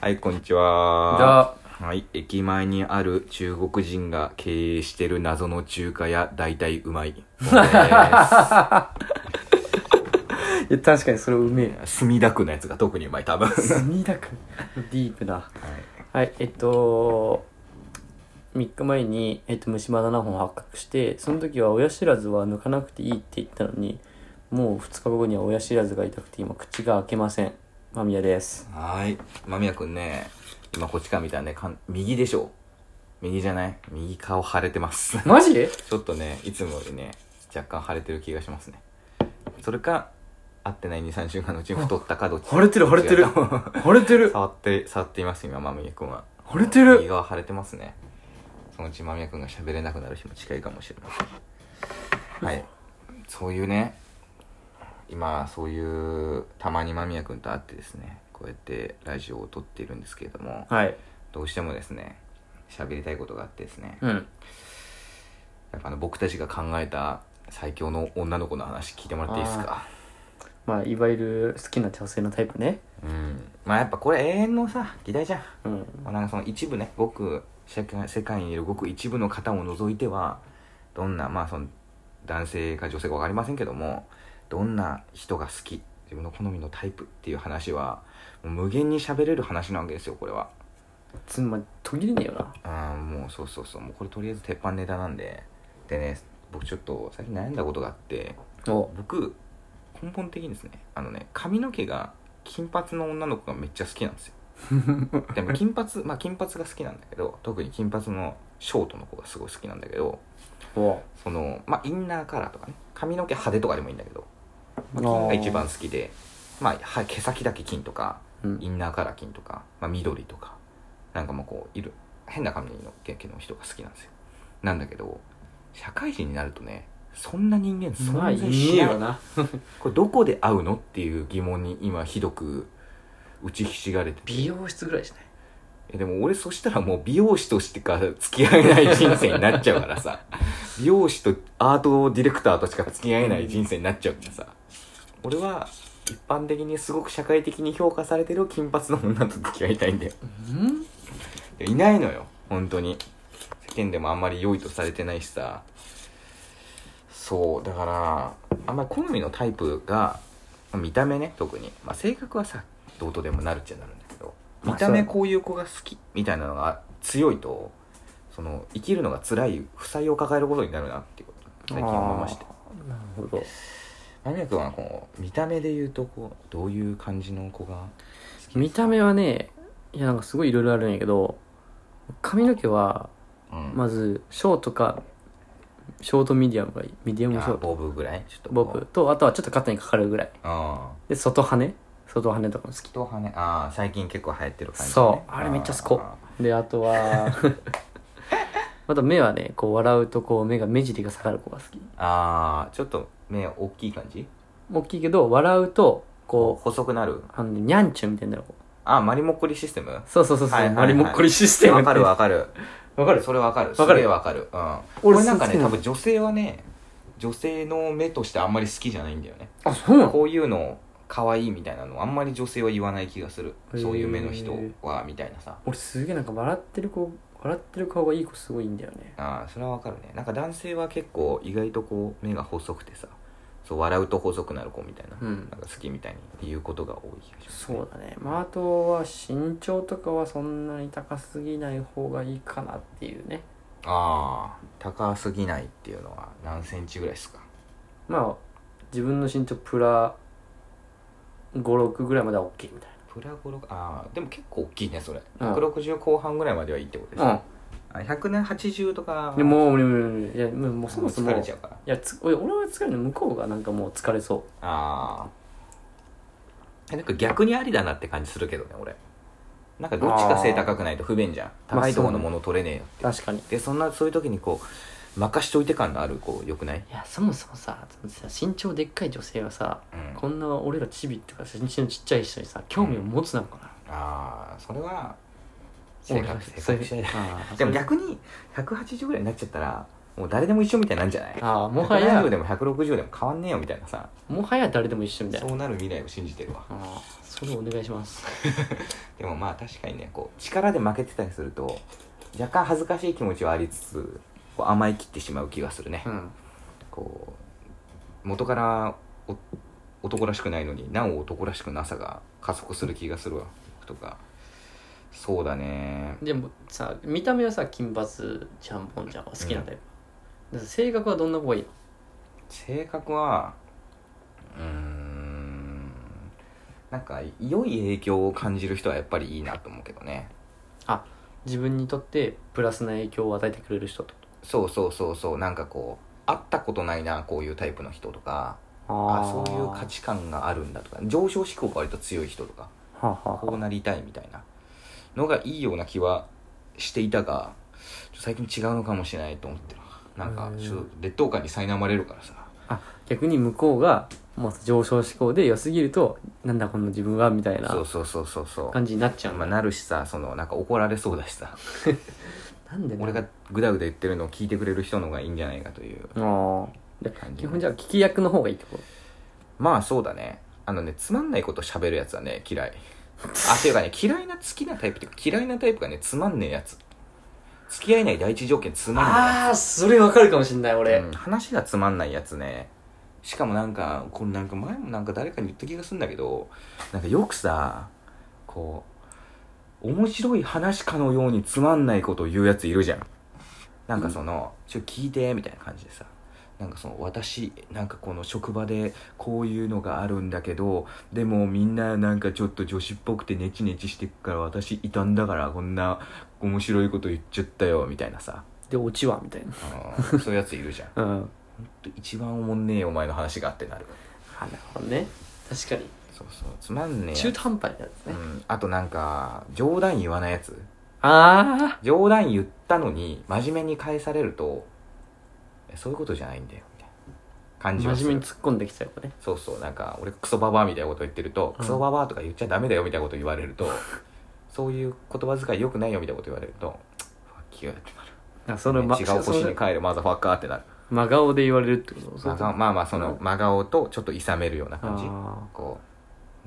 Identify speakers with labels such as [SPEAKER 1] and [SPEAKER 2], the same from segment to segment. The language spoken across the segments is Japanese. [SPEAKER 1] はい、こんにちは。
[SPEAKER 2] だ
[SPEAKER 1] はい、駅前にある中国人が経営してる謎の中華屋、大体うまい。
[SPEAKER 2] いや確かにそれうめえ
[SPEAKER 1] 墨田区のやつが特にうまい、多 分。
[SPEAKER 2] 墨田区ディープだはいえっと3日前に、えっと、虫歯7本発覚してその時は親知らずは抜かなくていいって言ったのにもう2日後には親知らずが痛くて今口が開けません間宮です
[SPEAKER 1] はい。間宮くんね、今こっちから見たらね、かん右でしょ右じゃない右顔腫れてます。
[SPEAKER 2] マジ
[SPEAKER 1] ちょっとね、いつもよりね、若干腫れてる気がしますね。それか、合ってない2、3週間のうちに太ったか どっち
[SPEAKER 2] 腫れてる腫れてる腫れてる
[SPEAKER 1] 触って、触っています、今、間宮くんは。
[SPEAKER 2] 腫れて
[SPEAKER 1] 右
[SPEAKER 2] る
[SPEAKER 1] 側腫れてますね。そのうち間宮くんが喋れなくなる日も近いかもしれません。はい。そういうね、今、そういう、たまに間宮くんと会ってですね、こうやってラジオを撮っているんですけれども、
[SPEAKER 2] はい
[SPEAKER 1] どうしてもですね、喋りたいことがあってですね、
[SPEAKER 2] うん
[SPEAKER 1] やっぱあの僕たちが考えた最強の女の子の話聞いてもらっていいですか
[SPEAKER 2] まあいわゆる好きな女性のタイプね
[SPEAKER 1] うんまあやっぱこれ永遠のさ議題じゃん、
[SPEAKER 2] うん
[SPEAKER 1] まあ、なんかその一部ねごく社会世界にいるごく一部の方を除いてはどんなまあその男性か女性か分かりませんけどもどんな人が好き自分の好みのタイプっていう話はもう無限に喋れる話なわけですよこれは
[SPEAKER 2] つまり途切れねえよな
[SPEAKER 1] あーもうそうそうそうもうこれとりあえず鉄板ネタなんででね僕ちょっと最近悩んだことがあって
[SPEAKER 2] お
[SPEAKER 1] 僕根本的にですねあのね髪の毛が金髪の女の子がめっちゃ好きなん ですよでも金髪まあ金髪が好きなんだけど特に金髪のショートの子がすごい好きなんだけど
[SPEAKER 2] お
[SPEAKER 1] そのまあインナーカラーとかね髪の毛派手とかでもいいんだけど、まあ、金が一番好きでまあは毛先だけ金とか
[SPEAKER 2] うん
[SPEAKER 1] インナーカラー金とか、まあ、緑とかなんかもうこういる変な髪の毛の人が好きなんですよなんだけど社会人になるとねそんな人間存
[SPEAKER 2] まあい
[SPEAKER 1] 在しない、
[SPEAKER 2] ねえよな
[SPEAKER 1] これどこで会うのっていう疑問に今ひどく打ちひしがれてて
[SPEAKER 2] 美容室ぐらいしない
[SPEAKER 1] えでも俺そしたらもう美容師としてか付き合えない人生になっちゃうから さ美容師とアートディレクターとしか付き合えない人生になっちゃうからさ俺は一般的にすごく社会的に評価されてる金髪の女と付き合いたいんだよ
[SPEAKER 2] うん
[SPEAKER 1] いやいないのよ本当に世間でもあんまり良いとされてないしさそうだからあんまり好みのタイプがまあ見た目ね特に、まあ、性格はさどうとでもなるっちゃなるんだけど
[SPEAKER 2] まあ
[SPEAKER 1] 見た目
[SPEAKER 2] そう
[SPEAKER 1] こういう子が好きみたいなのが強いとその生きるのが辛い負債を抱えることになるなっていうこと最近思いまして
[SPEAKER 2] なるほど
[SPEAKER 1] 間宮君はこう見た目で言うとこうどういう感じの子が
[SPEAKER 2] 見た目はねいやなんかすごいいろいろあるんやけど髪の毛は
[SPEAKER 1] うん
[SPEAKER 2] まずショートかショートミディアムがいいミディアムシ
[SPEAKER 1] あ
[SPEAKER 2] ョート
[SPEAKER 1] ボブぐらいちょっとこ
[SPEAKER 2] ボ
[SPEAKER 1] う
[SPEAKER 2] ブとあとはちょっと肩にかかるぐらい
[SPEAKER 1] ああ
[SPEAKER 2] で外羽外羽とかも好
[SPEAKER 1] 人羽ああ最近結構流行ってる感じ、ね、
[SPEAKER 2] そうあれめっちゃ好き
[SPEAKER 1] あ
[SPEAKER 2] きであとはあと目はねこう笑うとこう目が目尻が下がる子が好き
[SPEAKER 1] ー あーちょっと目大きい感じ
[SPEAKER 2] 大きいけど笑うと
[SPEAKER 1] こ
[SPEAKER 2] こ
[SPEAKER 1] う細くなる
[SPEAKER 2] うあのねニャンチュみたいになる子
[SPEAKER 1] あマリモッコリシステム
[SPEAKER 2] そうそうそう
[SPEAKER 1] はい
[SPEAKER 2] そう
[SPEAKER 1] はいはい
[SPEAKER 2] マリモッコリシステム
[SPEAKER 1] わかるわかる
[SPEAKER 2] わかる
[SPEAKER 1] それわかる
[SPEAKER 2] わかる
[SPEAKER 1] すげえわかるうん
[SPEAKER 2] 俺
[SPEAKER 1] 俺なんかね
[SPEAKER 2] 好きな
[SPEAKER 1] 多
[SPEAKER 2] の
[SPEAKER 1] 分女性はね女性の目としてあんまり好きじゃないんだよね
[SPEAKER 2] あそうなの
[SPEAKER 1] こういうの可愛いみたいなのあんまり女性は言わない気がする
[SPEAKER 2] へー
[SPEAKER 1] そういう目の人はみたいなさ
[SPEAKER 2] 俺すげえなんか笑ってる子笑ってる顔がいい子すごいいいんだよね
[SPEAKER 1] ああそれはわかるねなんか男性は結構意外とこう目が細くてさそう笑うと細くなる子みたいな、
[SPEAKER 2] うん
[SPEAKER 1] なんか好きみたいに言うことが多い気がします
[SPEAKER 2] そうだねまああとは身長とかはそんなに高すぎない方がいいかなっていうね
[SPEAKER 1] ああ高すぎないっていうのは何センチぐらいですか
[SPEAKER 2] まあ自分の身長プラ56ぐらいまでは OK みたい
[SPEAKER 1] プラ56ああでも結構大きいねそれ
[SPEAKER 2] うん
[SPEAKER 1] 160後半ぐらいまではいいってことです
[SPEAKER 2] な
[SPEAKER 1] ね、あ180とか
[SPEAKER 2] でもう無理無理無理いやもうもうそもそも
[SPEAKER 1] 疲れちゃうから
[SPEAKER 2] いやつ俺俺は疲れるの向こうがなんかもう疲れそ
[SPEAKER 1] ああえなんか逆にありだなって感じするけどね俺なんかどっちか背高くないと不便じゃん
[SPEAKER 2] あー
[SPEAKER 1] 高いところのもの取れねえよ
[SPEAKER 2] う確かにい
[SPEAKER 1] でそんなそういう時にこう任しといて感のあるこうよくない、
[SPEAKER 2] やそもそもささ身長でっかい女性はさ
[SPEAKER 1] うん、
[SPEAKER 2] こんな俺らチビとか身長のちっちゃい人にさ興味を持つなのかな、
[SPEAKER 1] ああそれは
[SPEAKER 2] 俺
[SPEAKER 1] 性
[SPEAKER 2] ら
[SPEAKER 1] 格性格次第だ
[SPEAKER 2] あー
[SPEAKER 1] でも逆に180ぐらいになっちゃったらもう誰でも一緒みたいなんじゃない
[SPEAKER 2] ああもはや
[SPEAKER 1] 170でも160でも変わんねえよみたいなさ
[SPEAKER 2] もはや誰でも一緒みたいな
[SPEAKER 1] そうなる未来を信じてるわ
[SPEAKER 2] ああそれお願いします
[SPEAKER 1] でもまあ確かにねこう力で負けてたりすると若干恥ずかしい気持ちはありつつこう甘い切ってしまう気がするね、
[SPEAKER 2] うん
[SPEAKER 1] こう元からお男らしくないのになお男らしくなさが加速する気がするわ僕とかそうだね
[SPEAKER 2] でもさ見た目はさ金髪ちゃんぽんちゃんは好きなんだよ、だから性格はどんな子がいいの
[SPEAKER 1] 性格はうーんなんか良い影響を感じる人はやっぱりいいなと思うけどね
[SPEAKER 2] 自分にとってプラスな影響を与えてくれる人ってこ
[SPEAKER 1] そうそうそうそうなんかこう会ったことないなこういうタイプの人とか
[SPEAKER 2] と
[SPEAKER 1] あ
[SPEAKER 2] あ
[SPEAKER 1] そういう価
[SPEAKER 2] 勝ち
[SPEAKER 1] 値観があるんだとか上昇志向が割と強い人とか
[SPEAKER 2] はあ、はあ
[SPEAKER 1] こうなりたいみたいなのがいいような気はしていたがちょ最近違うのかもしれないと思ってるなんか
[SPEAKER 2] へー
[SPEAKER 1] ちょっと劣等感に苛まれるからさ
[SPEAKER 2] 逆に向こうがもう上昇志向で良すぎるとなんだこの自分はみたい
[SPEAKER 1] そ
[SPEAKER 2] な
[SPEAKER 1] うそうそうそうそう
[SPEAKER 2] 感じになっちゃうん
[SPEAKER 1] ま
[SPEAKER 2] だ、
[SPEAKER 1] あ、なるしさそのなんか怒られそうだしさ
[SPEAKER 2] なんでな
[SPEAKER 1] 俺がグダグダ言ってるのを聞いてくれる人の方がいいんじゃないかという
[SPEAKER 2] ああで
[SPEAKER 1] 感じ
[SPEAKER 2] 基本じゃあ聞き役の方がいいってこ
[SPEAKER 1] まあそうだねあのねつまんないこと喋るやつはね嫌いあっていうかね嫌いな好きなタイプっていうか嫌いなタイプがねつまんねえやつ付き合えない第一条件つ
[SPEAKER 2] と
[SPEAKER 1] まんないやつ
[SPEAKER 2] ああそれわかるかもしんない俺、
[SPEAKER 1] うん話がつまんないやつねしかもなんかこれなんか前もなんか誰かに言った気がするんだけどなんかよくさこう面白い話かのようにつまんないことを言うやついるじゃんなんかその、ちょっと聞いてみたいな感じでさなんかその私なんかこの職場でこういうのがあるんだけどでもみんななんかちょっと女子っぽくてネチネチしてくから私いたんだからこんな面白いこと言っちゃったよみたいなさ、
[SPEAKER 2] で落ちはみたい
[SPEAKER 1] あのそういうやついるじゃん
[SPEAKER 2] なうん
[SPEAKER 1] 一番おもんねえよお前の話がってなる
[SPEAKER 2] あなるほどね確かに
[SPEAKER 1] そうそうつまんねえ
[SPEAKER 2] 中途半端なやつ
[SPEAKER 1] う
[SPEAKER 2] ね、
[SPEAKER 1] ん、あとなんか冗談言わないやつ
[SPEAKER 2] あ
[SPEAKER 1] 冗談言ったのに真面目に返されるとえそういうことじゃないんだよみたいな
[SPEAKER 2] あ
[SPEAKER 1] 感じ
[SPEAKER 2] 真
[SPEAKER 1] はする
[SPEAKER 2] 面目に突っ込んできちゃう子ね
[SPEAKER 1] そうそうなんか俺クソババアみたいなこと言ってると、
[SPEAKER 2] うん
[SPEAKER 1] クソババアとか言っちゃダメだよみたいなこと言われるとそういう言葉遣い良くないよみたいなこと言われるとファッキューってなる
[SPEAKER 2] あその、ま、
[SPEAKER 1] 違う
[SPEAKER 2] そ
[SPEAKER 1] 星に
[SPEAKER 2] の
[SPEAKER 1] 帰るマザファッカーってなる
[SPEAKER 2] 真顔で言われるってこと
[SPEAKER 1] 真顔まあまあその真顔とちょっといさめるような感じ
[SPEAKER 2] あ
[SPEAKER 1] こう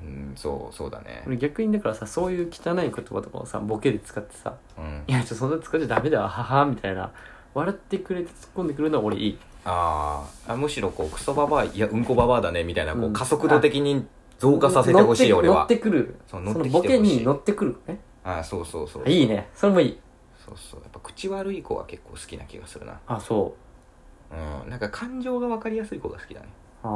[SPEAKER 1] うんそうそうだね
[SPEAKER 2] ー俺逆にだからさそういう汚い言葉とかをさボケで使ってさ
[SPEAKER 1] うん
[SPEAKER 2] いや、ちょっとそんな使っちゃダメだわ、ははみたいな。笑ってくれて突っ込んでくるのは俺いい。
[SPEAKER 1] あーあむしろこうクソババアいやうんこババアだねみたいなこ
[SPEAKER 2] う
[SPEAKER 1] うん加速度的に増加させてほしい
[SPEAKER 2] 乗っ
[SPEAKER 1] 俺
[SPEAKER 2] て乗
[SPEAKER 1] は
[SPEAKER 2] ってくる。
[SPEAKER 1] そ
[SPEAKER 2] そう
[SPEAKER 1] 乗って
[SPEAKER 2] の
[SPEAKER 1] きて
[SPEAKER 2] ボ
[SPEAKER 1] ほしい
[SPEAKER 2] ケに乗ってくる。ね。
[SPEAKER 1] あーそうそうそう
[SPEAKER 2] いいね。それもいい。
[SPEAKER 1] そうそうやっぱ口悪い子は結構好きな気がするな
[SPEAKER 2] あ、そ
[SPEAKER 1] うんなんか感情が分かりやすい子が好きだね
[SPEAKER 2] う。ああ。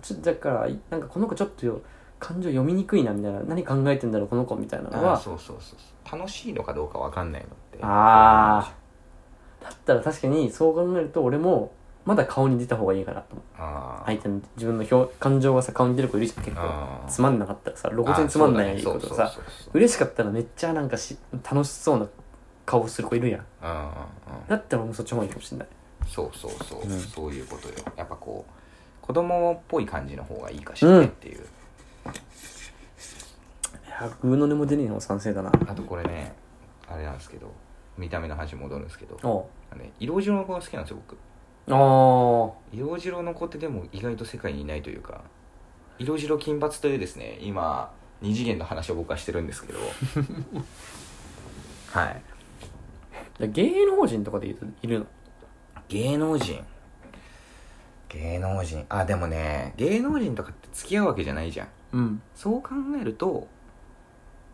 [SPEAKER 2] ちょっとだから、いなんかこの子ちょっとよ感情読みにくいな、みたいな。何考えてんだろう、この子みたいな
[SPEAKER 1] あ
[SPEAKER 2] の
[SPEAKER 1] ー
[SPEAKER 2] は。
[SPEAKER 1] そうそうそうそう楽しいのかどうか分かんないのって
[SPEAKER 2] あだったら確かに、そう考えると俺も、まだ顔に出た方がいいかなと思う。
[SPEAKER 1] あー
[SPEAKER 2] 相手の自分の表感情がさ、顔に出る子いるじゃん、結
[SPEAKER 1] あ
[SPEAKER 2] 構
[SPEAKER 1] ー。
[SPEAKER 2] つまんなかったらさ、露骨につまんない
[SPEAKER 1] そ
[SPEAKER 2] こ
[SPEAKER 1] うだねそ
[SPEAKER 2] と
[SPEAKER 1] う
[SPEAKER 2] さ。
[SPEAKER 1] そうそうそう
[SPEAKER 2] 嬉しかったらめっちゃなんかし楽しそうな顔する子いるやん
[SPEAKER 1] うんうんうん
[SPEAKER 2] だったらもうそっちの方がいいかもしれない
[SPEAKER 1] そうそうそう、
[SPEAKER 2] うん
[SPEAKER 1] そういうことよやっぱこう子供っぽい感じの方がいいかしらねっていう、
[SPEAKER 2] いやグーの音も出ねえのも賛成だな
[SPEAKER 1] あとこれねあれなんですけど見た目の話戻るんですけど
[SPEAKER 2] おう
[SPEAKER 1] あのね色白の子が好きなんですよ僕
[SPEAKER 2] あ
[SPEAKER 1] 色白の子ってでも意外と世界にいないというか色白金髪というですね今二次元の話を僕はしてるんですけどはい
[SPEAKER 2] あ芸能人とかでいるいるの
[SPEAKER 1] 芸能人芸能人あでもね芸能人とかって付き合うわけじゃないじゃん
[SPEAKER 2] うん
[SPEAKER 1] そう考えると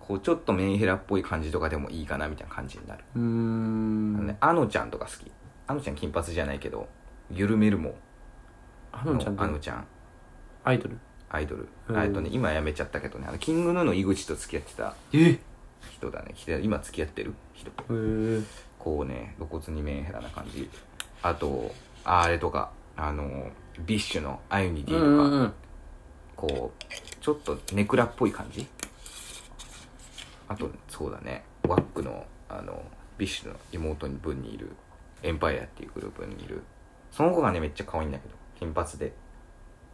[SPEAKER 1] こうちょっとメンヘラっぽい感じとかでもいいかなみたいな感じになる
[SPEAKER 2] う
[SPEAKER 1] あ
[SPEAKER 2] ー
[SPEAKER 1] の
[SPEAKER 2] ん
[SPEAKER 1] ねあのちゃんとか好きあのちゃん金髪じゃないけど緩めるもん
[SPEAKER 2] あのちゃん
[SPEAKER 1] あの
[SPEAKER 2] と
[SPEAKER 1] ちゃん
[SPEAKER 2] アイドル
[SPEAKER 1] アイドル
[SPEAKER 2] うん
[SPEAKER 1] あえっとね今やめちゃったけどねあのキングヌーの井口と付き合ってた
[SPEAKER 2] え
[SPEAKER 1] 人だねき今付き合ってる人
[SPEAKER 2] へー
[SPEAKER 1] こうね露骨にメンヘラな感じあとあれとかあのビッシュのアユニティ
[SPEAKER 2] う
[SPEAKER 1] と
[SPEAKER 2] ん
[SPEAKER 1] か、
[SPEAKER 2] うんうん
[SPEAKER 1] こうちょっとネクラっぽい感じあとそうだねワックのあのビッシュの妹に分にいるエンパイアっていうグループにいるその子がねめっちゃ可愛いんだけど金髪で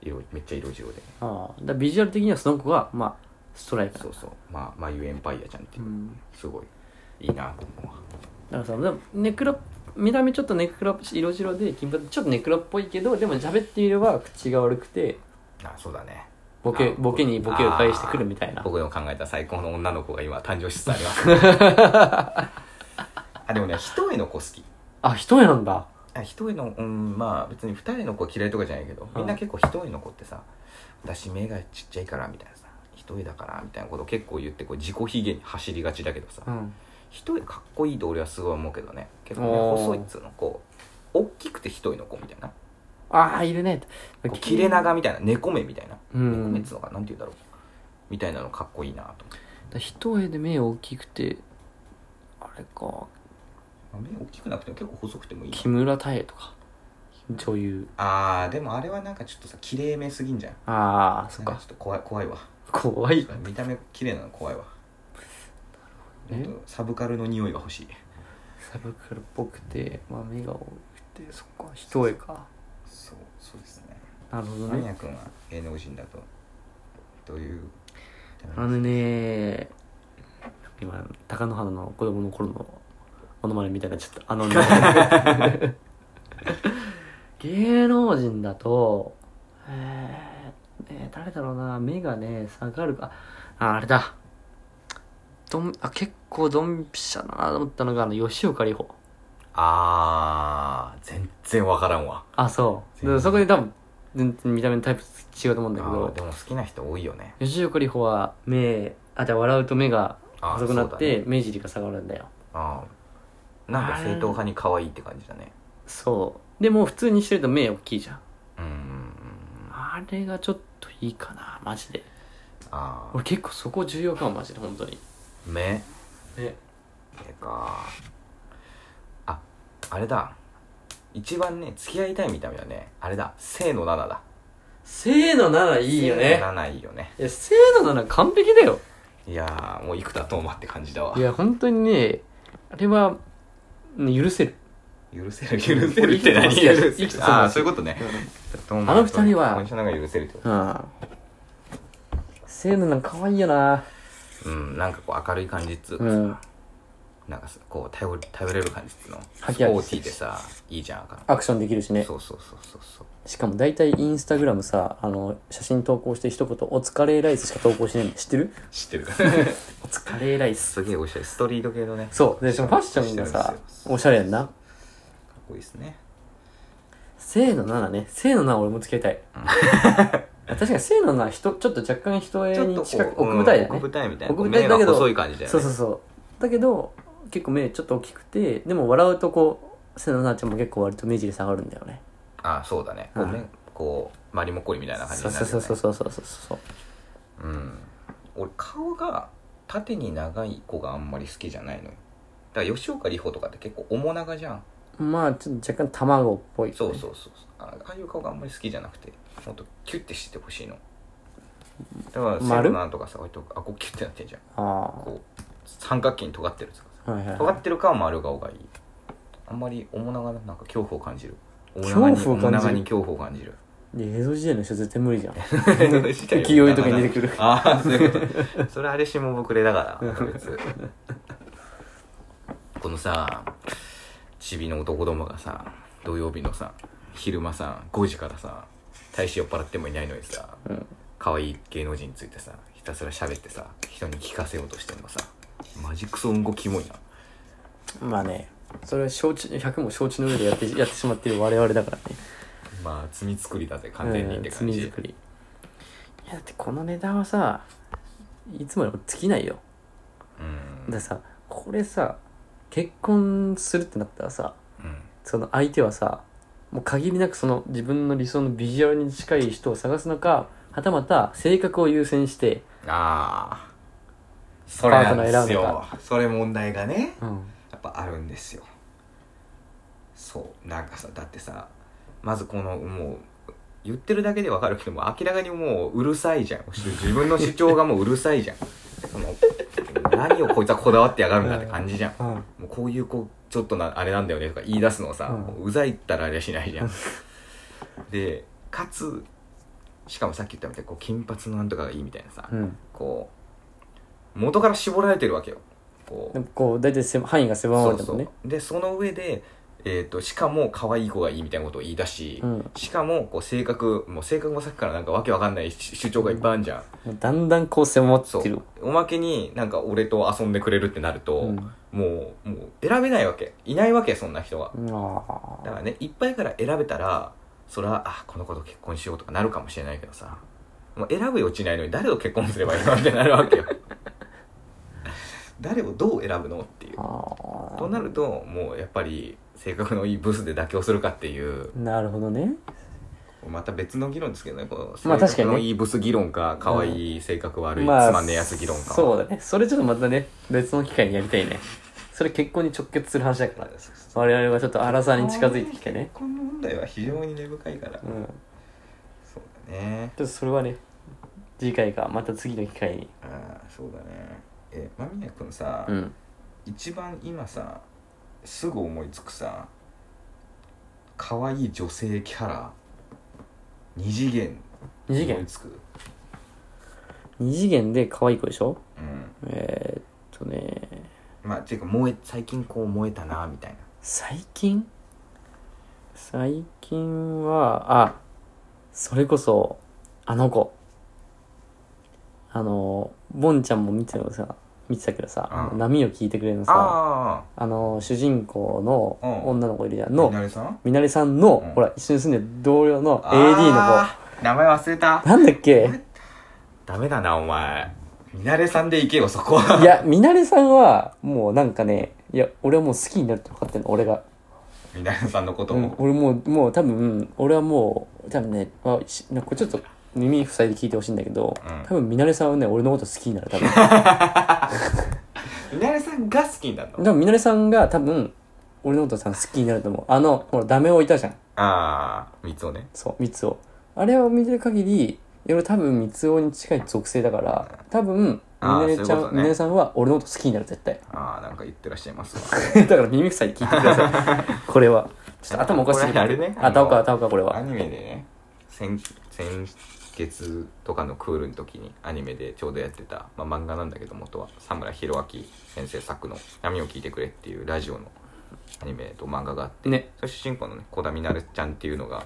[SPEAKER 1] 色めっちゃ色白で
[SPEAKER 2] ああだからビジュアル的にはその子がまあストライクな
[SPEAKER 1] そうそうまあまあいうエンパイアちゃんっていううんすごいいいなと思うわ
[SPEAKER 2] なんかさでもネクラ見た目ちょっとネクラ色白で金髪ちょっとネクラっぽいけどでも喋ってみれば口が悪くて
[SPEAKER 1] あそうだね
[SPEAKER 2] ボケ
[SPEAKER 1] あ
[SPEAKER 2] ボケにボケを返してくるみたいな
[SPEAKER 1] 僕の考えた最高の女の子が今誕生しつつあります、 あでもね一重の子好き
[SPEAKER 2] あ一重なんだ
[SPEAKER 1] あ一重のうんまあ別に二重の子嫌いとかじゃないけどみんな結構一重の子ってさ私目がちっちゃいからみたいなさ一重だからみたいなことを結構言ってこう自己卑重に走りがちだけどさ、
[SPEAKER 2] うん
[SPEAKER 1] 一重かっこいいと俺はすごい思うけどね結構ね
[SPEAKER 2] おー
[SPEAKER 1] 細いっつうのこう大きくて一重の子みたいな
[SPEAKER 2] ああいるね
[SPEAKER 1] こう切れ長みたいな猫目みたいな、
[SPEAKER 2] うん
[SPEAKER 1] 猫目っつうのかなんて言うんだろうみたいなのかっこいいなと思って
[SPEAKER 2] 一重で目大きくてあれか
[SPEAKER 1] まあ目大きくなくても結構細くてもいいな
[SPEAKER 2] 木村多江とか女優
[SPEAKER 1] あーでもあれはなんかちょっとさ綺麗めすぎんじゃん
[SPEAKER 2] ああそっ
[SPEAKER 1] なん
[SPEAKER 2] か
[SPEAKER 1] ちょっと怖い怖いわ
[SPEAKER 2] 怖い
[SPEAKER 1] 見た目綺麗なの怖いわ
[SPEAKER 2] なるほどね
[SPEAKER 1] もっとサブカルの匂いが欲しい
[SPEAKER 2] サブカルっぽくて、まあ、目が多くてそっか一重か
[SPEAKER 1] そうそうですね
[SPEAKER 2] なるほど
[SPEAKER 1] マニ
[SPEAKER 2] ね
[SPEAKER 1] ア君は芸能人だとどういう
[SPEAKER 2] あのね今貴乃花の子供の頃のものまねみたいになっちゃったあの ね芸能人だとえー、ね誰だろうな目がね下がるかああれだどんあ結構ドンピシャだなと思ったのがあの吉岡里帆
[SPEAKER 1] あー全然わからんわ
[SPEAKER 2] あそうでそこで多分全然見た目のタイプ違うと思うんだけ
[SPEAKER 1] あ
[SPEAKER 2] ど
[SPEAKER 1] ーでも好きな人多いよね
[SPEAKER 2] 吉岡里帆は目あじゃあ笑うと目が
[SPEAKER 1] あー
[SPEAKER 2] 細くなっ
[SPEAKER 1] そうだ
[SPEAKER 2] て、
[SPEAKER 1] ね
[SPEAKER 2] 目尻が下がるんだよ
[SPEAKER 1] あーなんか正統派に可愛いって感じだね
[SPEAKER 2] そうでも普通にしてると目大きいじゃん
[SPEAKER 1] うんうんうん
[SPEAKER 2] あれがちょっといいかなマジで
[SPEAKER 1] あー
[SPEAKER 2] 俺結構そこ重要かもマジで本当に
[SPEAKER 1] 目
[SPEAKER 2] え
[SPEAKER 1] えかああれだ一番ね付き合いたい見た目はねあれだ清の7だ
[SPEAKER 2] せーのならいいよね
[SPEAKER 1] 清の7いいよね
[SPEAKER 2] いやせーのなら完璧だよ
[SPEAKER 1] いやーもう生田斗真って感じだわ
[SPEAKER 2] いや本当にねあれはね許せる
[SPEAKER 1] 許せる許せるって何
[SPEAKER 2] 生きてます
[SPEAKER 1] 許
[SPEAKER 2] 生
[SPEAKER 1] せ
[SPEAKER 2] きて
[SPEAKER 1] る
[SPEAKER 2] ます
[SPEAKER 1] ああそういうことねあ
[SPEAKER 2] あの二人は
[SPEAKER 1] この人なんか許せるってこ
[SPEAKER 2] うんせーのなん可愛いよな
[SPEAKER 1] とうんなんかこう明るい感じっつうか
[SPEAKER 2] う
[SPEAKER 1] さ
[SPEAKER 2] ん
[SPEAKER 1] なんかさこう頼り頼れる感じっつうのスポ
[SPEAKER 2] は
[SPEAKER 1] ー
[SPEAKER 2] きはき
[SPEAKER 1] ティーでさいいじゃん明る
[SPEAKER 2] アクションできるし
[SPEAKER 1] い
[SPEAKER 2] ね
[SPEAKER 1] そうそうそうそうそう
[SPEAKER 2] しかも大体インスタグラムさあの写真投稿して一言「お疲れライス」しか投稿しないの知ってる
[SPEAKER 1] 知ってる
[SPEAKER 2] お疲れライス
[SPEAKER 1] すげえおしゃれストリート系のね
[SPEAKER 2] そうでしかもファッションがさおしゃれやんな
[SPEAKER 1] かっこいいですね
[SPEAKER 2] せーの7ねせーの7俺もつ けたい確かにせーの7人ちょっと若干人絵に近く
[SPEAKER 1] こう
[SPEAKER 2] 奥舞台だ
[SPEAKER 1] うん
[SPEAKER 2] ね
[SPEAKER 1] 奥舞台みたいな
[SPEAKER 2] 奥舞台だ
[SPEAKER 1] 目
[SPEAKER 2] け
[SPEAKER 1] が
[SPEAKER 2] ど
[SPEAKER 1] 細い感じだよね
[SPEAKER 2] そうそうそうだけど結構目ちょっと大きくてでも笑うとこうせーの7ちゃんも結構割と目尻下がるんだよね
[SPEAKER 1] あそうだねこう,、ね
[SPEAKER 2] うん
[SPEAKER 1] こうマリモッコリみたいな感じ
[SPEAKER 2] そう
[SPEAKER 1] になる
[SPEAKER 2] そ
[SPEAKER 1] よ、
[SPEAKER 2] う
[SPEAKER 1] ね、
[SPEAKER 2] そうそうそうそうそうそう
[SPEAKER 1] うん俺顔が縦に長い子があんまり好きじゃないのよだから吉岡里帆とかって結構面長じゃん
[SPEAKER 2] まあちょっと若干卵っぽい
[SPEAKER 1] そうそうそうそうあああいう顔があんまり好きじゃなくてもっとキュッてしててほしいのだからセ
[SPEAKER 2] 丸
[SPEAKER 1] ロなんとかさ割とあこうキュッてなってんじゃん
[SPEAKER 2] あ
[SPEAKER 1] こう三角形に尖ってるとか
[SPEAKER 2] あはいはい、はい
[SPEAKER 1] さ、尖ってるかは丸顔がいいあんまり面長ななんか恐怖を感じる
[SPEAKER 2] 恐怖を感じる
[SPEAKER 1] 面長に面長に恐怖を感じる
[SPEAKER 2] で映像時代の人絶対無理じゃん
[SPEAKER 1] 浮
[SPEAKER 2] 浮世絵とかに出てくる
[SPEAKER 1] あ あそういうことそれあれしもぶくれだから別このさチビの男どもがさ土曜日のさ昼間さ5時からさ大して酔っ払ってもいないのにさ、
[SPEAKER 2] うん
[SPEAKER 1] 可愛い芸能人についてさひたすら喋ってさ人に聞かせようとしてもさマジクソうんこキモいな
[SPEAKER 2] まあねそれは承知100も承知の上でやってやってしまってる我々だからね
[SPEAKER 1] まあ罪作りだぜ完全にって感
[SPEAKER 2] うん罪
[SPEAKER 1] じ
[SPEAKER 2] 作りいやだってこの値段はさいつまでも尽きないよ
[SPEAKER 1] うん、
[SPEAKER 2] だからさこれさ結婚するってなったらさ
[SPEAKER 1] うん
[SPEAKER 2] その相手はさもう限りなくその自分の理想のビジュアルに近い人を探すのかはたまた性格を優先して、
[SPEAKER 1] ああそれなんです
[SPEAKER 2] パートナー
[SPEAKER 1] よそれ問題がね
[SPEAKER 2] うん、
[SPEAKER 1] やっぱあるんですよそうなんかさだってさまずこのもう言ってるだけでわかるけども明らかにもううるさいじゃん自分の主張がもううるさいじゃんその何をこいつはこだわってやがるんだって感じじゃん
[SPEAKER 2] うん、
[SPEAKER 1] もうこういうこうちょっとなあれなんだよねとか言い出すのをさ、
[SPEAKER 2] うん
[SPEAKER 1] もううざいったらあれはしないじゃんでかつしかもさっき言ったみたいにこう金髪のなんとかがいいみたいなさ、
[SPEAKER 2] うん、
[SPEAKER 1] こう元から絞られてるわけよここ
[SPEAKER 2] で
[SPEAKER 1] う
[SPEAKER 2] もこう大体せ範囲が狭ま
[SPEAKER 1] そ
[SPEAKER 2] る
[SPEAKER 1] う
[SPEAKER 2] んだ
[SPEAKER 1] そ
[SPEAKER 2] もん
[SPEAKER 1] う
[SPEAKER 2] ね
[SPEAKER 1] でその上で、えー、としかも可愛い子がいいみたいなことを言い出し、
[SPEAKER 2] うんも
[SPEAKER 1] しかもこう性格もう性格もさっきからなんかわけわかんない主張がいっぱいあるじゃん、
[SPEAKER 2] うだんだんこう狭まっ
[SPEAKER 1] そ
[SPEAKER 2] てる
[SPEAKER 1] うおまけになんか俺と遊んでくれるってなると、
[SPEAKER 2] うん
[SPEAKER 1] もうもう選べないわけいないわけそんな人が
[SPEAKER 2] あ
[SPEAKER 1] だか
[SPEAKER 2] あ
[SPEAKER 1] らねいっぱいから選べたらそれはあこの子と結婚しようとかなるかもしれないけどさもう選ぶ余地ないのに誰と結婚すればいいのってなるわ けよ誰をどう選ぶのっていう
[SPEAKER 2] あ
[SPEAKER 1] となるともうやっぱり性格のいいブスで妥協するかっていう
[SPEAKER 2] あなるほどね
[SPEAKER 1] また別の議論ですけどねこう
[SPEAKER 2] まあ
[SPEAKER 1] 性
[SPEAKER 2] 確か
[SPEAKER 1] 格
[SPEAKER 2] にね
[SPEAKER 1] のいいブス議論か可愛い性格悪いつ
[SPEAKER 2] まあ
[SPEAKER 1] まんねえやつ議論か
[SPEAKER 2] そうだねそれちょっとまたね別の機会にやりたいねそれ結婚に直結する話だから我々はちょっと荒さに近づいてきてね
[SPEAKER 1] 結婚の問題は非常に根深いから、
[SPEAKER 2] うんちょ
[SPEAKER 1] そうだね
[SPEAKER 2] っとそれはね次回かまた次の機会に
[SPEAKER 1] ああそうだねえ間宮君さ、
[SPEAKER 2] うん
[SPEAKER 1] 一番今さすぐ思いつくさ可愛い女性キャラ二次元
[SPEAKER 2] 二次
[SPEAKER 1] 思い
[SPEAKER 2] 元
[SPEAKER 1] つく
[SPEAKER 2] 二次元で可愛い子でしょ
[SPEAKER 1] うん
[SPEAKER 2] えー、っとね
[SPEAKER 1] まあていうか燃え最近こう燃えたなみたいな
[SPEAKER 2] 最近最近はあそれこそあの子あのボンちゃんも見てたけどさ見てたけどさ、
[SPEAKER 1] うん
[SPEAKER 2] 波を聞いてくれるのさ
[SPEAKER 1] あ
[SPEAKER 2] あの、主人公の
[SPEAKER 1] うん
[SPEAKER 2] 女の子いるじゃん。
[SPEAKER 1] あみ
[SPEAKER 2] の、
[SPEAKER 1] なれさん
[SPEAKER 2] みなりさんの、
[SPEAKER 1] うん
[SPEAKER 2] ほら、一緒に住んでる同僚の AD の
[SPEAKER 1] あー名前忘れた
[SPEAKER 2] 子。なんだっ け
[SPEAKER 1] ダメだなお前みなれさんで行けよそこはい
[SPEAKER 2] や、みなりさんは、もうなんかね、いや、俺はもう好きになるって分かってんの、俺が。
[SPEAKER 1] みなれさんのこと
[SPEAKER 2] う
[SPEAKER 1] を、
[SPEAKER 2] ん、俺もう、もう多分、俺はもう、多分ね、まあ、しなんかこれちょっと耳塞いで聞いてほしいんだけど、
[SPEAKER 1] うん
[SPEAKER 2] 多分みなりさんはね、俺のこと好きになる、多分。
[SPEAKER 1] みなれさんが好きになるの
[SPEAKER 2] 多分みなりさんが多分、俺のことさ、好きになると思う。あの、ほら、ダメをいたじゃん。
[SPEAKER 1] ああ三つをね
[SPEAKER 2] そう、三つを。あれを見てる限り、俺多分三つ男に近い属性だから、多分、み
[SPEAKER 1] あー
[SPEAKER 2] なれち
[SPEAKER 1] そ
[SPEAKER 2] ゃ
[SPEAKER 1] ういうこ
[SPEAKER 2] ん、
[SPEAKER 1] と
[SPEAKER 2] み
[SPEAKER 1] ね
[SPEAKER 2] なれさんは俺のこと好きになる、絶対。
[SPEAKER 1] ああなんか言ってらっしゃいますわ
[SPEAKER 2] だから耳塞いで聞いてくだ さい。これは。ちょっと頭おかしい。
[SPEAKER 1] これあれね
[SPEAKER 2] あ、たおか、あたおか、こ れ
[SPEAKER 1] ア
[SPEAKER 2] は。
[SPEAKER 1] ニメでね先先月とかのクールの時にアニメでちょうどやってた、まあ、漫画なんだけど元は佐村弘明先生作の「波を聞いてくれ」っていうラジオのアニメと漫画があって、
[SPEAKER 2] ね
[SPEAKER 1] それ主人公のね小田みなれちゃんっていうのが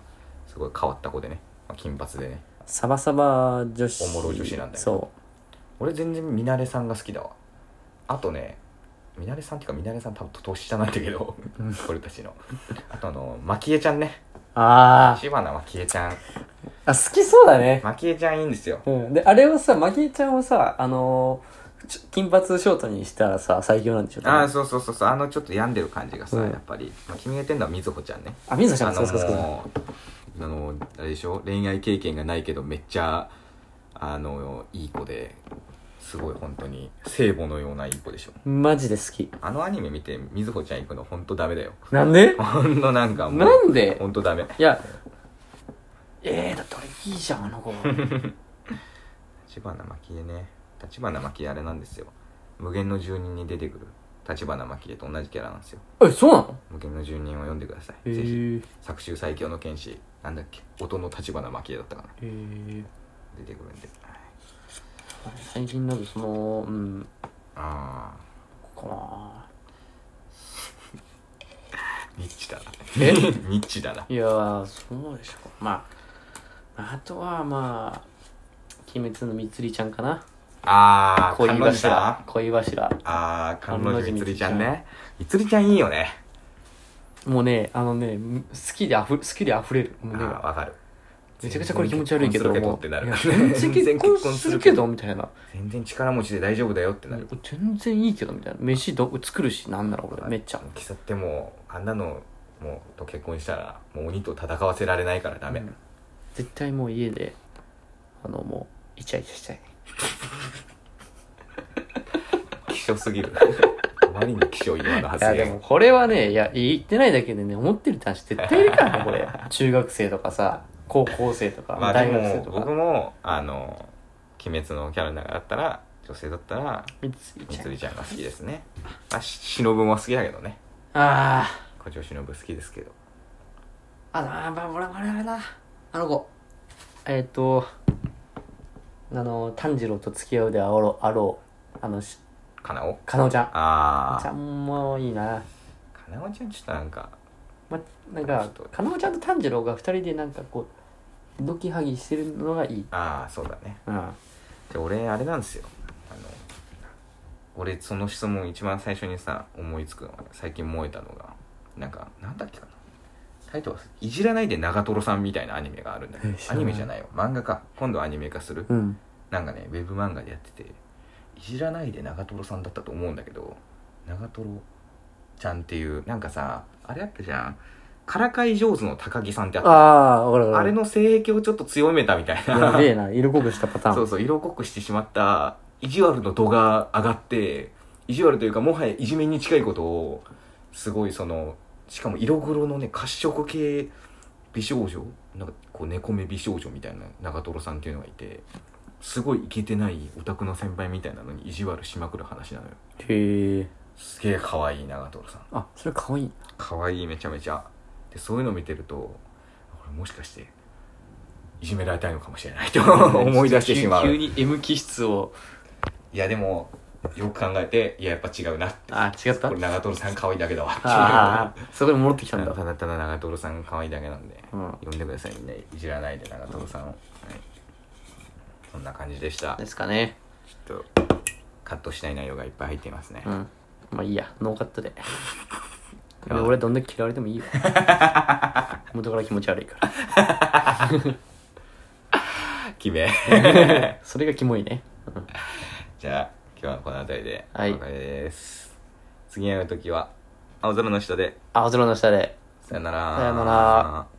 [SPEAKER 1] すごい変わった子でね、まあ金髪でね
[SPEAKER 2] サバサバ女子。
[SPEAKER 1] おもろ女子なんだよね
[SPEAKER 2] そ
[SPEAKER 1] 俺全然みなれさんが好きだわあとねみなれさんっていうかみなれさん多分年下なんだけど俺たちのあとあの蒔絵ちゃんね
[SPEAKER 2] う。あ
[SPEAKER 1] 柴名蒔絵ちゃん
[SPEAKER 2] あ。あ、好きそうだね。
[SPEAKER 1] 蒔絵ちゃんいいんですよ
[SPEAKER 2] うん。で、あれはさ、マギーちゃんはさ、あのーちょ金髪ショートにしたらさ、最強なんでしょ
[SPEAKER 1] ああそうそうそうそうあのちょっと病んでる感じがさ、
[SPEAKER 2] うん
[SPEAKER 1] やっぱり、まあ、君が言ってんのはみずほちゃんね
[SPEAKER 2] あ、みずちゃ
[SPEAKER 1] あ
[SPEAKER 2] んそ
[SPEAKER 1] の
[SPEAKER 2] うそうそうそう。
[SPEAKER 1] もうあのあれでしょ恋愛経験がないけどめっちゃあのいい子ですごい本当に聖母のようないい子でしょ
[SPEAKER 2] マジで好き。
[SPEAKER 1] あのアニメ見てみずほちゃん行くの本当ダメだよ
[SPEAKER 2] なんで
[SPEAKER 1] ほんのなんかもう
[SPEAKER 2] なんで
[SPEAKER 1] 本当ダメ
[SPEAKER 2] いや、ええだって俺いいじゃん、あ の子。
[SPEAKER 1] 橘蒔絵ね橘蒔絵あれなんですよ無限の住人に出てくる橘蒔絵と同じキャラなんですよ
[SPEAKER 2] え、そうなの
[SPEAKER 1] 無限の住人を読んでください、
[SPEAKER 2] え
[SPEAKER 1] ぜひ
[SPEAKER 2] ー、
[SPEAKER 1] 作中最強の剣士なんだっけ音の立花蒔絵だったかな
[SPEAKER 2] えー、
[SPEAKER 1] 出てくるんではい
[SPEAKER 2] 最近なんかその、うん、
[SPEAKER 1] ああ
[SPEAKER 2] ここかな
[SPEAKER 1] ニッチだな
[SPEAKER 2] え
[SPEAKER 1] ニッチだない
[SPEAKER 2] やー、そうでしょ。まあ、あとはまあ、鬼滅のみつりちゃんかな。
[SPEAKER 1] ああ
[SPEAKER 2] 恋
[SPEAKER 1] 観音寺
[SPEAKER 2] 柱
[SPEAKER 1] だ。
[SPEAKER 2] 恋柱。
[SPEAKER 1] ああ観音寺みつりちゃん
[SPEAKER 2] 観
[SPEAKER 1] ねみつりちゃんいいよね
[SPEAKER 2] もうね、あのね、む好きであふ、好きで溢れる。
[SPEAKER 1] あ
[SPEAKER 2] 胸
[SPEAKER 1] ー
[SPEAKER 2] が。
[SPEAKER 1] わかる
[SPEAKER 2] めちゃくちゃこれ気持ち悪いけど、
[SPEAKER 1] 全然
[SPEAKER 2] も
[SPEAKER 1] 結婚するけどっ
[SPEAKER 2] う
[SPEAKER 1] てな
[SPEAKER 2] い
[SPEAKER 1] る
[SPEAKER 2] やめっちゃ結婚するけ ど、みたいな。
[SPEAKER 1] 全然力持ちで大丈夫だよってなる
[SPEAKER 2] 全然いいけど、みたいな。飯ど作るし、なんなら俺、めっちゃ。
[SPEAKER 1] 喫茶ってもうあんなのもうと結婚したらもう鬼と戦わせられないからダメ、
[SPEAKER 2] うん絶対もう家であのもうイチャイチャしたい
[SPEAKER 1] 希少すぎ るあまりに希少い今の
[SPEAKER 2] い
[SPEAKER 1] 発
[SPEAKER 2] や
[SPEAKER 1] 言
[SPEAKER 2] でもこれはねいや言ってないだけでね思ってる男子絶対いるからねこ れ中学生とかさ高校生とか、
[SPEAKER 1] まあ
[SPEAKER 2] 大
[SPEAKER 1] で
[SPEAKER 2] 学生
[SPEAKER 1] も
[SPEAKER 2] と
[SPEAKER 1] 僕
[SPEAKER 2] か
[SPEAKER 1] もあの鬼滅のキャラの中だったら女性だったら
[SPEAKER 2] みつい
[SPEAKER 1] み
[SPEAKER 2] ちゃ
[SPEAKER 1] つ
[SPEAKER 2] ん
[SPEAKER 1] りちゃんが好きですねあし忍も好きだけどね
[SPEAKER 2] あ
[SPEAKER 1] 古城忍好きですけど
[SPEAKER 2] ああのあまあ俺はあれだなあの子えっ、とあの炭治郎と付き合うであろうあろうあのし
[SPEAKER 1] かなお
[SPEAKER 2] かなおちゃん。
[SPEAKER 1] あ
[SPEAKER 2] ちゃ
[SPEAKER 1] あ
[SPEAKER 2] んもいいな。
[SPEAKER 1] かなおちゃんちょっとなんか
[SPEAKER 2] ま、なんか、かなおちゃんと炭治郎が二人でなんかこう、ドキハギしてるのがいい。
[SPEAKER 1] ああそうだね
[SPEAKER 2] うん。
[SPEAKER 1] じゃあ俺あれなんですよあの俺その質問一番最初にさ思いつくのが最近燃えたのがなんかなんだっけかなタイトル忘れいじらないで長瀞さん」みたいなアニメがあるんだけ
[SPEAKER 2] え
[SPEAKER 1] どア
[SPEAKER 2] 知らない
[SPEAKER 1] ニメじゃないよ漫画か今度アニメ化する、
[SPEAKER 2] うん。
[SPEAKER 1] なんかねウェブ漫画でやってて「いじらないで長瀞さん」だったと思うんだけど長瀞ちゃんっていうなんかさあれあったじゃんからかい上手の高木さんってあっ
[SPEAKER 2] あ
[SPEAKER 1] たあ
[SPEAKER 2] あ、わかるわかる。
[SPEAKER 1] れの性癖をちょっと強めたみたいな
[SPEAKER 2] やべえな、色濃くしたパターン。
[SPEAKER 1] そうそう、色濃くしてしまった、意地悪の度が上がって、意地悪というか、もはやいじめに近いことを、すごいその、しかも色黒のね、褐色系美少女、なんかこう、猫目美少女みたいな長瀞さんっていうのがいて、すごいイケてないオタクの先輩みたいなのに意地悪しまくる話なのよ。
[SPEAKER 2] へえ。
[SPEAKER 1] すげえ可愛い長瀞さん。
[SPEAKER 2] あ、それ可愛い。
[SPEAKER 1] 可愛いめちゃめちゃ。で、そういうの見てると、俺もしかして、いじめられたいのかもしれないと 思い出してしまう。
[SPEAKER 2] 急に M 気質を。
[SPEAKER 1] いやでもよく考えていややっぱ違うなって
[SPEAKER 2] あ、違った
[SPEAKER 1] これ長瀞さん可愛いだけだわっていう
[SPEAKER 2] ああ、そこに戻ってきたん
[SPEAKER 1] た
[SPEAKER 2] だ。
[SPEAKER 1] だただ長瀞さん可愛いだけなんで、
[SPEAKER 2] うん
[SPEAKER 1] 呼んでくださいみんないじらないで長瀞さんを、はい、そんな感じでした
[SPEAKER 2] ですかね。
[SPEAKER 1] ちょっとカットしたい内容がいっぱい入っていますね、
[SPEAKER 2] うん。まあいいや、ノーカットで。
[SPEAKER 1] いや
[SPEAKER 2] 俺どんだけ嫌われてもいいよ。元から気持ち悪いか
[SPEAKER 1] キ メ
[SPEAKER 2] ら。 それがキモいね。うん
[SPEAKER 1] じゃあ今日はこの辺りでお
[SPEAKER 2] はい
[SPEAKER 1] 別れです、次会う時は青空の下で
[SPEAKER 2] 青空の下で。
[SPEAKER 1] さよなら
[SPEAKER 2] さよなら